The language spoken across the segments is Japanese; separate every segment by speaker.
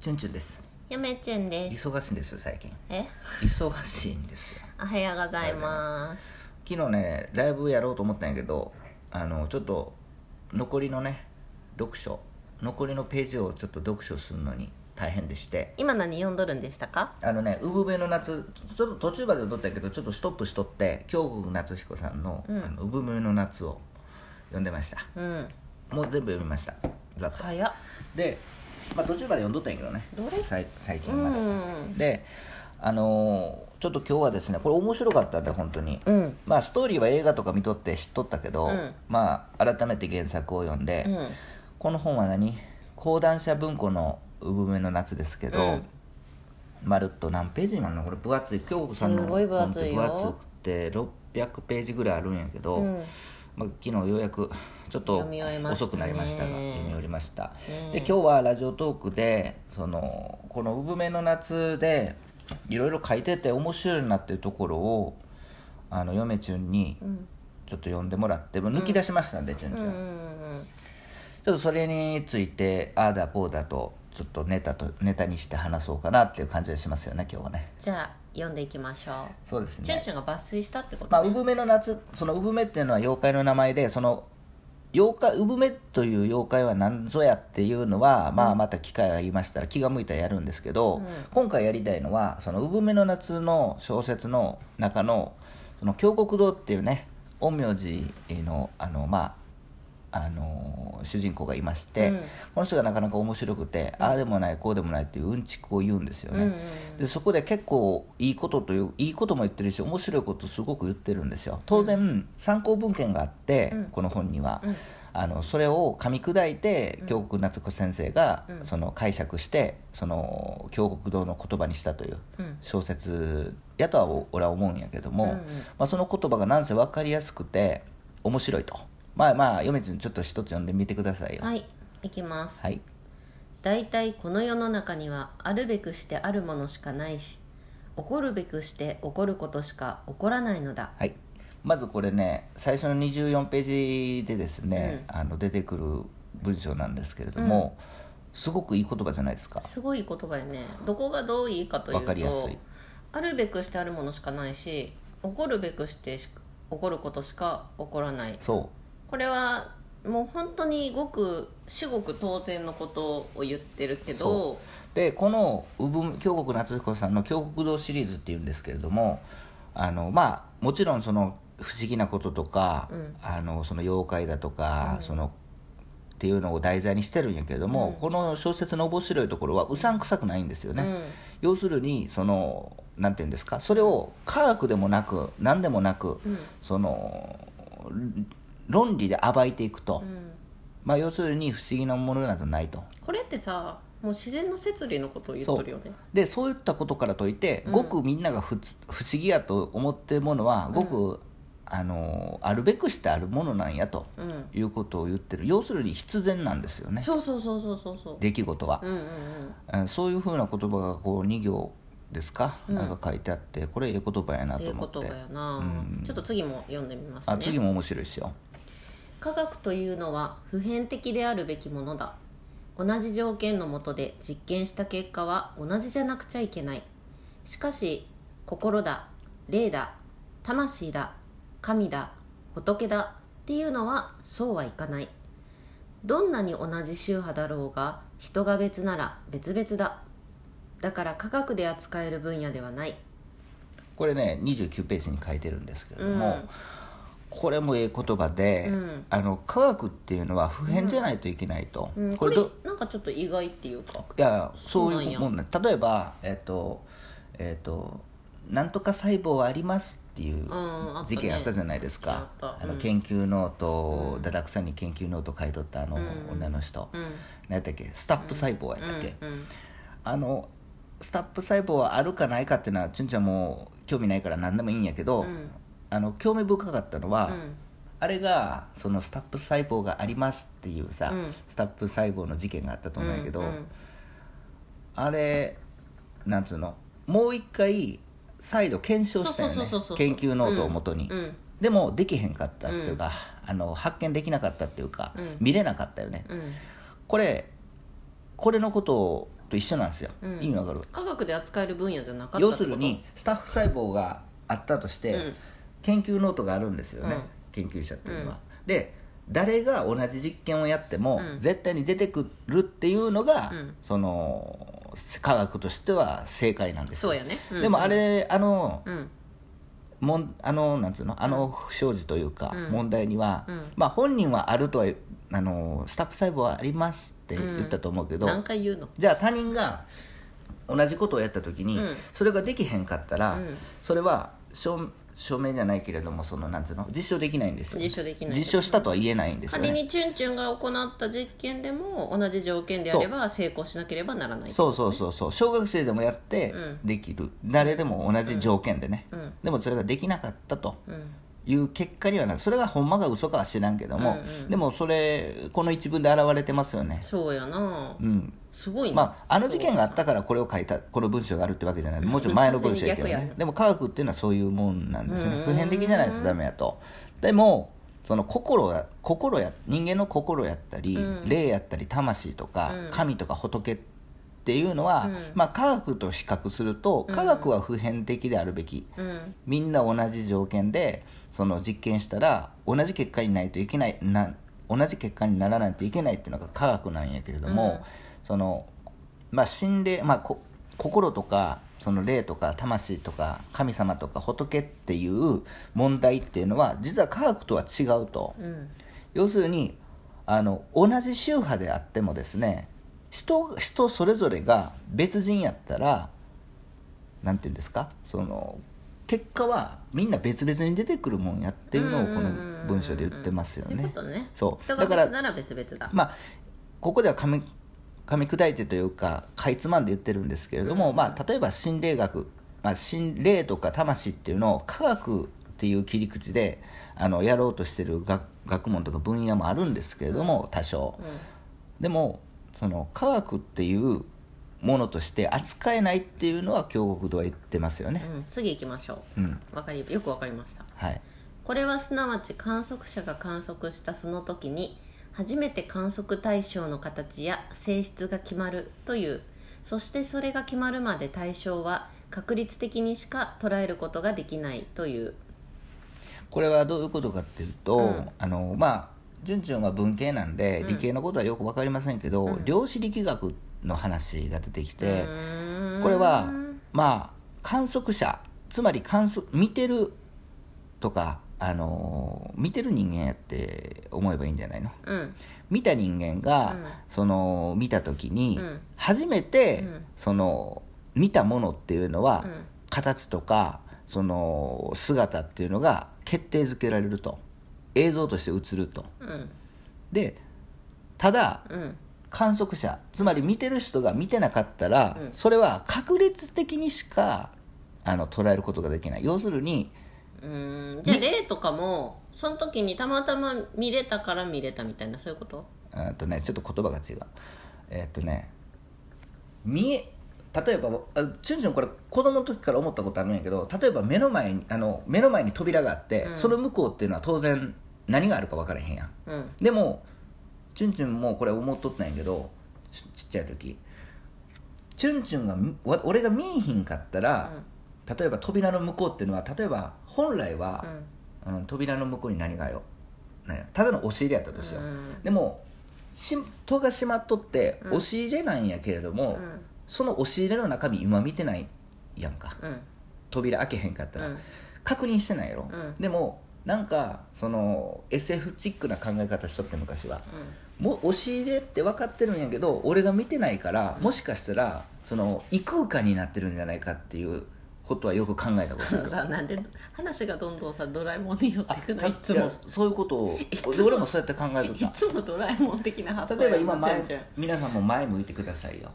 Speaker 1: チュンチュンです
Speaker 2: やめちゅんです
Speaker 1: 忙しいんですよ最近
Speaker 2: え
Speaker 1: 忙しいんですよ
Speaker 2: おはようございます
Speaker 1: 昨日ねライブやろうと思ったんやけどあのちょっと残りのね読書残りのページをちょっと読書するのに大変でして
Speaker 2: 今何読んどるんでしたか
Speaker 1: あのね「産めの夏」ちょっと途中まで撮ったけどちょっとストップしとって京極夏彦さんの「
Speaker 2: うん
Speaker 1: あの産めの夏」を読んでました
Speaker 2: うん
Speaker 1: もう全部読みましたざっと
Speaker 2: 早っ
Speaker 1: で、まあ、途中まで読んどったんやけどね
Speaker 2: どれ
Speaker 1: さい最近
Speaker 2: う
Speaker 1: まで、
Speaker 2: ん
Speaker 1: であのーちょっと今日はですねこれ面白かったんで本当に、
Speaker 2: うん
Speaker 1: まあストーリーは映画とか見とって知っとったけど、
Speaker 2: うん
Speaker 1: まあ改めて原作を読んで、
Speaker 2: うん
Speaker 1: この本は何講談社文庫の「産めの夏」ですけど、
Speaker 2: うん
Speaker 1: まるっと何ページになるのこれ分厚い京子さんの
Speaker 2: すごい分厚いよ
Speaker 1: 本って分厚くて600ページぐらいあるんやけど、
Speaker 2: うん
Speaker 1: まあ、昨日ようやくちょっと
Speaker 2: 読み終えましたね
Speaker 1: 遅くなりましたが読み終わりました、
Speaker 2: ね
Speaker 1: で今日はラジオトークでそのこの「産めの夏」でいろいろ書いてて面白いなっていうところをあの嫁チュンに
Speaker 2: うん
Speaker 1: ちょっと読んでもらって、もう抜き出しましたんで、チュン
Speaker 2: う
Speaker 1: チュ
Speaker 2: んう
Speaker 1: ン、
Speaker 2: ん
Speaker 1: ち
Speaker 2: うん
Speaker 1: ょっとそれについてああだこうだとちょっとネタとネタにして話そうかなっていう感じがしますよね今日はね
Speaker 2: じゃあ読んでいきましょ
Speaker 1: そうです
Speaker 2: う
Speaker 1: ね
Speaker 2: ちゅんちゅんが抜粋したってこ
Speaker 1: まあ、
Speaker 2: とね
Speaker 1: 産めの夏その産めっていうのは妖怪の名前でその妖怪産めという妖怪は何ぞやっていうのは、まあ、また機会がありましたら気が向いたらやるんですけど、
Speaker 2: うん
Speaker 1: 今回やりたいのはその産めの夏の小説の中のその京極堂っていうね陰陽師のあのまああの主人公がいまして、
Speaker 2: うん
Speaker 1: この人がなかなか面白くて、ああでもないこうでもないっていううんちくを言うんですよね、
Speaker 2: うんうん
Speaker 1: でそこで結構いいことといういいことも言ってるし面白いことすごく言ってるんですよ当然、参考文献があって、
Speaker 2: うん
Speaker 1: この本には、
Speaker 2: うん
Speaker 1: あのそれを噛み砕いて、京極夏子先生が、
Speaker 2: うん
Speaker 1: その解釈してその京極堂の言葉にしたという
Speaker 2: うん
Speaker 1: 小説やとは俺は思うんやけども、
Speaker 2: うんうん
Speaker 1: まあ、その言葉がなんせ分かりやすくて面白いとまあまあ嫁ちゃんちょっと一つ読んでみてくださいよ
Speaker 2: はいいきます
Speaker 1: はい、
Speaker 3: 大体この世の中にはあるべくしてあるものしかないし起こるべくして起こることしか起こらないのだ
Speaker 1: はい、まずこれね最初の24ページでですね、あの出てくる文章なんですけれども、すごくいい言葉じゃないですか
Speaker 3: すごい言葉よねどこがどういいかという
Speaker 1: わかりやす
Speaker 3: と
Speaker 1: い
Speaker 3: あるべくしてあるものしかないし起こるべくしてし起こることしか起こらない
Speaker 1: そ
Speaker 3: これはもう本当にごく至極当然のことを言ってるけど
Speaker 1: うでこの産む京極夏彦さんの「京極堂」シリーズっていうんですけれどもあのまあもちろんその不思議なこととか、あのその妖怪だとか、そのっていうのを題材にしてるんやけれども、この小説の面白いところはうさんくさくないんですよね、
Speaker 3: うん
Speaker 1: 要するにそのなんていうんですかそれを科学でもなく何でもなく、その論理で暴いていくと、
Speaker 3: うん
Speaker 1: まあ、要するに不思議なものなどないと
Speaker 3: これってさもう自然の説理のことを言っとるよね
Speaker 1: でそういったことからといて、ごくみんながふつ不思議やと思ってるものはごく、あのあるべくしてあるものなんやと、
Speaker 3: うん
Speaker 1: いうことを言ってる要するに必然なんですよね
Speaker 3: そうそうそうそうそうそう
Speaker 1: 出来事は、
Speaker 3: うんうんうん
Speaker 1: うんそういうふうな言葉がこう2行ですか、
Speaker 3: うん
Speaker 1: なんか書いてあってこれええ言葉やな
Speaker 3: ってい
Speaker 1: と
Speaker 3: う
Speaker 1: 思
Speaker 3: こ
Speaker 1: って
Speaker 3: とだよな、
Speaker 1: うん
Speaker 3: ちょっと次も読んでみますね
Speaker 1: あ次も面白いですよ
Speaker 3: 科学というのは普遍的であるべきものだ同じ条件のもとで実験した結果は同じじゃなくちゃいけないしかし心だ霊だ魂だ神だ仏だっていうのはそうはいかないどんなに同じ宗派だろうが人が別なら別々だだから科学で扱える分野ではない
Speaker 1: これね29ページに書いてるんですけれども、
Speaker 3: うん
Speaker 1: これもええ言葉で、
Speaker 3: うん
Speaker 1: あの科学っていうのは普遍じゃないといけないと、
Speaker 3: うん、
Speaker 1: こ
Speaker 3: こ
Speaker 1: れ
Speaker 3: れ
Speaker 1: ど
Speaker 3: なんかちょっと意外っていうか
Speaker 1: いやそう
Speaker 3: そうなん
Speaker 1: い
Speaker 3: や
Speaker 1: うもんね例えばえっ、とえっ、となんとか細胞はありますっていう
Speaker 3: うんあったね
Speaker 1: 事件あったじゃないですか、
Speaker 3: あった
Speaker 1: の
Speaker 3: うん
Speaker 1: 研究ノート、だだくさに研究ノート書いとったあの
Speaker 3: うん
Speaker 1: 女の人、
Speaker 3: うん
Speaker 1: 何やったっけスタップ細胞やったっけ、
Speaker 3: うんうん
Speaker 1: あのスタップ細胞はあるかないかっていうのはちゅんちゃんもう興味ないから何でもいいんやけど、
Speaker 3: うん
Speaker 1: あの興味深かったのは、
Speaker 3: うん
Speaker 1: あれがそのスタップ細胞がありますっていうさ、
Speaker 3: うん
Speaker 1: スタップ細胞の事件があったと思うんやけど、
Speaker 3: うんうん
Speaker 1: あれなんつうのもう一回再度検証したよ
Speaker 3: そう
Speaker 1: ね
Speaker 3: そうそうそう
Speaker 1: 研究ノートをもとに、
Speaker 3: うん
Speaker 1: でもできへんかったっていうか、あの発見できなかったっていうか、見れなかったよね、
Speaker 3: うん
Speaker 1: これこれのことをと一緒なんですよ、
Speaker 3: うん
Speaker 1: 意味わかる
Speaker 3: 科学で扱える分野じゃなかったってこ
Speaker 1: 要
Speaker 3: と
Speaker 1: するにスタッフ細胞があったとして、
Speaker 3: うん
Speaker 1: 研究ノートがあるんですよね、
Speaker 3: うん
Speaker 1: 研究者っていうのは、で誰が同じ実験をやっても、
Speaker 3: うん
Speaker 1: 絶対に出てくるっていうのが、
Speaker 3: うん
Speaker 1: その科学としては正解なんですよ
Speaker 3: そうやねうん
Speaker 1: でもあれあの
Speaker 3: うん
Speaker 1: もんあのなんつうのあの不祥事というか、
Speaker 3: うん
Speaker 1: 問題には、
Speaker 3: うん
Speaker 1: まあ本人はあるとはあのスタッフ細胞はありますって言ったと思うけど、
Speaker 3: 何回言うの
Speaker 1: じゃあ他人が同じことをやった時に、
Speaker 3: うん
Speaker 1: それができへんかったら、
Speaker 3: うん
Speaker 1: それは証証明じゃないけれどもそのなんつうの実証できないんですよ
Speaker 3: 実証できない
Speaker 1: 実証したとは言えないんですよ
Speaker 3: 仮
Speaker 1: ね
Speaker 3: にチュンチュンが行った実験でも同じ条件であれば成功しなければならない
Speaker 1: そうそうそうそう小学生でもやって
Speaker 3: う
Speaker 1: できる、誰でも同じ条件でね、
Speaker 3: うん
Speaker 1: でもそれができなかったと
Speaker 3: うん
Speaker 1: いう結果にはなるそれがほんまか嘘かは知らんけども、
Speaker 3: うんうん
Speaker 1: でもそれこの一文で現れてますよね
Speaker 3: そうやな
Speaker 1: うん
Speaker 3: すごいね
Speaker 1: まあ、あの事件があったからこれを書いたこの文章があるってわけ じゃないもちろん前の文章やけど
Speaker 3: 完全に逆
Speaker 1: ね
Speaker 3: や
Speaker 1: でも科学っていうのはそういうもんなんですよ
Speaker 3: う
Speaker 1: ね
Speaker 3: ん
Speaker 1: 普遍的じゃないとダメやとでもその心や心や人間の心やったり、
Speaker 3: うん
Speaker 1: 霊やったり魂とか、
Speaker 3: うん
Speaker 1: 神とか仏っていうのは、
Speaker 3: うん
Speaker 1: まあ、科学と比較すると科学は普遍的であるべき、
Speaker 3: うん
Speaker 1: みんな同じ条件でその実験したら同じ結果にないといけないな同じ結果にならないといけないっていうのが科学なんやけれども、そのまあ心霊まあこ心とかその霊とか魂とか神様とか仏っていう問題っていうのは実は科学とは違うと、
Speaker 3: うん
Speaker 1: 要するにあの同じ宗派であってもですね人人それぞれが別人やったらなんていうんですかその結果はみんな別々に出てくるもんやっていうのをこの文章で言ってますよ
Speaker 3: そういう
Speaker 1: ね
Speaker 3: こ。とね
Speaker 1: そう
Speaker 3: 人
Speaker 1: だ
Speaker 3: が
Speaker 1: から
Speaker 3: 別なら別々だ
Speaker 1: まあここでは噛み噛み砕いてというかかいつまんで言ってるんですけれども、まあ、例えば心霊学、まあ、心霊とか魂っていうのを科学っていう切り口であのやろうとしてる学学問とか分野もあるんですけれども、多少、でもその科学っていうものとして扱えないっていうのは京極堂は言ってますよね、
Speaker 3: うん次行きましょ
Speaker 1: うん
Speaker 3: うわかりよくわかりました
Speaker 1: はい、
Speaker 3: これはすなわち観測者が観測したその時に初めて観測対象の形や性質が決まるというそしてそれが決まるまで対象は確率的にしか捉えることができないという
Speaker 1: これはどういうことかっていうと、
Speaker 3: うん
Speaker 1: あのまあ順々は文系なんで理系のことはよく分かりませんけど、量子力学の話が出てきて、これはまあ観測者つまり観測見てるとかあの見てる人間やって思えばいいんじゃないの
Speaker 3: うん
Speaker 1: 見た人間が、
Speaker 3: うん
Speaker 1: その見た時に、
Speaker 3: うん
Speaker 1: 初めて、
Speaker 3: うん
Speaker 1: その見たものっていうのは、
Speaker 3: うん
Speaker 1: 形とかその姿っていうのが決定づけられると映像として映ると
Speaker 3: うん
Speaker 1: でただ
Speaker 3: うん
Speaker 1: 観測者つまり見てる人が見てなかったら、
Speaker 3: うん
Speaker 1: それは確率的にしかあの捉えることができない要するに
Speaker 3: うんじゃあ例とかもその時にたまたま見れたから見れたみたいなそういうこと
Speaker 1: うんとねちょっと言葉が違うえーっとね見え例えばあチュンチュンこれ子供の時から思ったことあるんやけど例えば目の前にあの目の前に扉があって、
Speaker 3: うん
Speaker 1: その向こうっていうのは当然何があるか分からへんやん
Speaker 3: うん
Speaker 1: でもチュンチュンもこれ思っとったんやけどちちっちゃい時チュンチュンがみわ俺が見えひんかったら、例えば扉の向こうっていうのは例えば本来は、うん、扉の向こうに何がよ何やただの押し入れやったとしよう、
Speaker 3: うん
Speaker 1: でもし戸が閉まっとって
Speaker 3: うん
Speaker 1: 押し入れなんやけれども、
Speaker 3: うん
Speaker 1: その押し入れの中身今見てないやんか
Speaker 3: うん
Speaker 1: 扉開けへんかった
Speaker 3: う
Speaker 1: ら、
Speaker 3: ん
Speaker 1: 確認してないやろ、
Speaker 3: うん
Speaker 1: でもなんかその SF チックな考え方しとって昔はもう押し入れって分かってるんやけど俺が見てないからもしかしたらその異空間になってるんじゃないかっていうことはよく考えたことあ
Speaker 3: う
Speaker 1: る
Speaker 3: んさなんで話がどんどんさドラえもんに寄ってくの
Speaker 1: た
Speaker 3: いつ
Speaker 1: いや
Speaker 3: も
Speaker 1: そういうこと を
Speaker 3: つも
Speaker 1: 俺もそうやって考えとっ
Speaker 3: い
Speaker 1: た
Speaker 3: つもドラえもん的な発想
Speaker 1: 例えば
Speaker 3: やな
Speaker 1: 今前
Speaker 3: ちゃんち
Speaker 1: 皆さんも前向いてくださいよ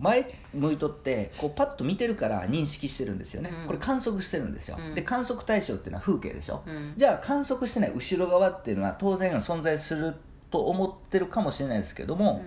Speaker 1: 前向いとってこうパッと見てるから認識してるんですよね、
Speaker 3: うん
Speaker 1: これ観測してるんですよ、
Speaker 3: うん
Speaker 1: で観測対象っていうのは風景でしょ、
Speaker 3: うん
Speaker 1: じゃあ観測してない後ろ側っていうのは当然存在すると思ってるかもしれないですけども、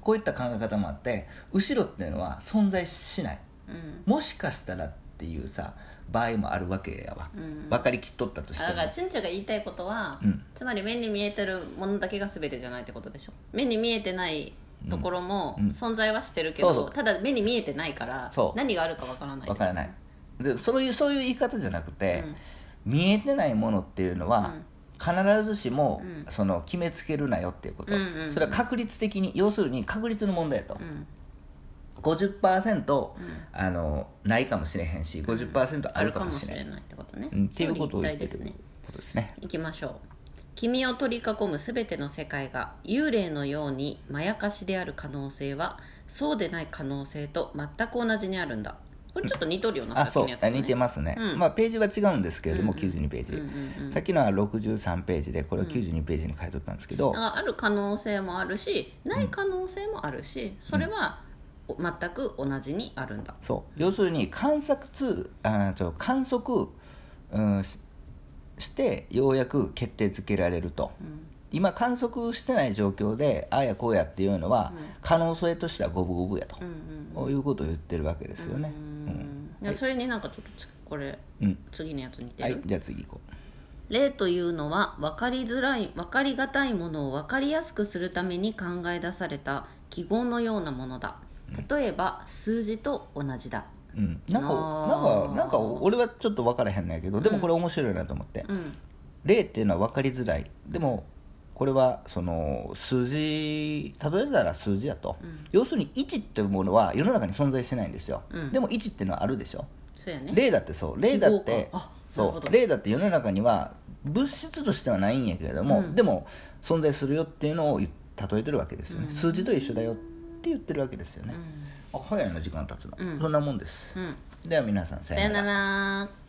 Speaker 1: こういった考え方もあって後ろっていうのは存在しない
Speaker 3: ゃんうん
Speaker 1: もしかしたらっていうさ場合もあるわけやわ、
Speaker 3: うん
Speaker 1: 分かりきっとったとして
Speaker 3: だ
Speaker 1: も
Speaker 3: からチュンチュンが言いたいことは、
Speaker 1: うん
Speaker 3: つまり目に見えてるものだけが全てじゃないってことでしょ目に見えてないところも
Speaker 1: うん
Speaker 3: 存在はしてるけど、
Speaker 1: そうそう
Speaker 3: ただ目に見えてないから
Speaker 1: そう
Speaker 3: 何があるかわからない
Speaker 1: わからないでそういうそういう言い方じゃなくて、
Speaker 3: うん
Speaker 1: 見えてないものっていうのは、必ずしも、
Speaker 3: うん
Speaker 1: その決めつけるなよっていうこと、
Speaker 3: うんうんうん
Speaker 1: それは確率的に要するに確率の問題やと、
Speaker 3: うん
Speaker 1: 50%、あのないかもしれへんし50%あ
Speaker 3: あ
Speaker 1: る
Speaker 3: る
Speaker 1: か
Speaker 3: か
Speaker 1: も
Speaker 3: も
Speaker 1: し
Speaker 3: し
Speaker 1: れな
Speaker 3: れ
Speaker 1: い、
Speaker 3: ないってことね、
Speaker 1: うん、っていうことを言って
Speaker 3: 表
Speaker 1: る
Speaker 3: 裏一体ですね
Speaker 1: ことですね
Speaker 3: いきましょう君を取り囲む全ての世界が幽霊のようにまやかしである可能性はそうでない可能性と全く同じにあるんだこれちょっと似とるよう
Speaker 1: あ
Speaker 3: なさっき
Speaker 1: そう
Speaker 3: のやつ
Speaker 1: あ
Speaker 3: とね
Speaker 1: 似てますね、
Speaker 3: うん
Speaker 1: まあページは違うんですけれども、92ページ、
Speaker 3: うんうんうん
Speaker 1: さっきのは63ページでこれは92ページに書いとったんですけど、
Speaker 3: だからある可能性もあるしない可能性もあるし、それはお全く同じにあるんだ、
Speaker 1: そう要するに観察あーちょ観測、うん、ししてようやく決定づけられると、今観測してない状況でああやこうやっていうのは、可能性としては五分五分やと、
Speaker 3: うんうん
Speaker 1: こういうことを言ってるわけですよね、
Speaker 3: うんでそれになんかちょっとちこれ、
Speaker 1: うん
Speaker 3: 次のやつに似て
Speaker 1: は
Speaker 3: る、
Speaker 1: いじゃあ次行こう
Speaker 3: 例というのは分かりづらい分かりがたいものを分かりやすくするために考え出された記号のようなものだ例えば数字と同じだ
Speaker 1: うん、なんかなん
Speaker 3: あー
Speaker 1: かなんか俺はちょっと分からへんねんけどでもこれ面白いなと思って、
Speaker 3: うん
Speaker 1: 例っていうのは分かりづらいでもこれはその数字例えたら数字やと、要するに1っていうものは世の中に存在してないんですよ、
Speaker 3: うん
Speaker 1: でも1っていうのはあるでしょ
Speaker 3: そうやね
Speaker 1: 例だってそう例だって
Speaker 3: 記号かあなる
Speaker 1: そ
Speaker 3: ほど
Speaker 1: う例だって世の中には物質としてはないんやけれども、でも存在するよっていうのを言例えてるわけですよね、数字と一緒だよって言ってるわけですよね、あ早いな時間経つの、そんなもんです、
Speaker 3: うん
Speaker 1: では皆さんさ
Speaker 3: さよなら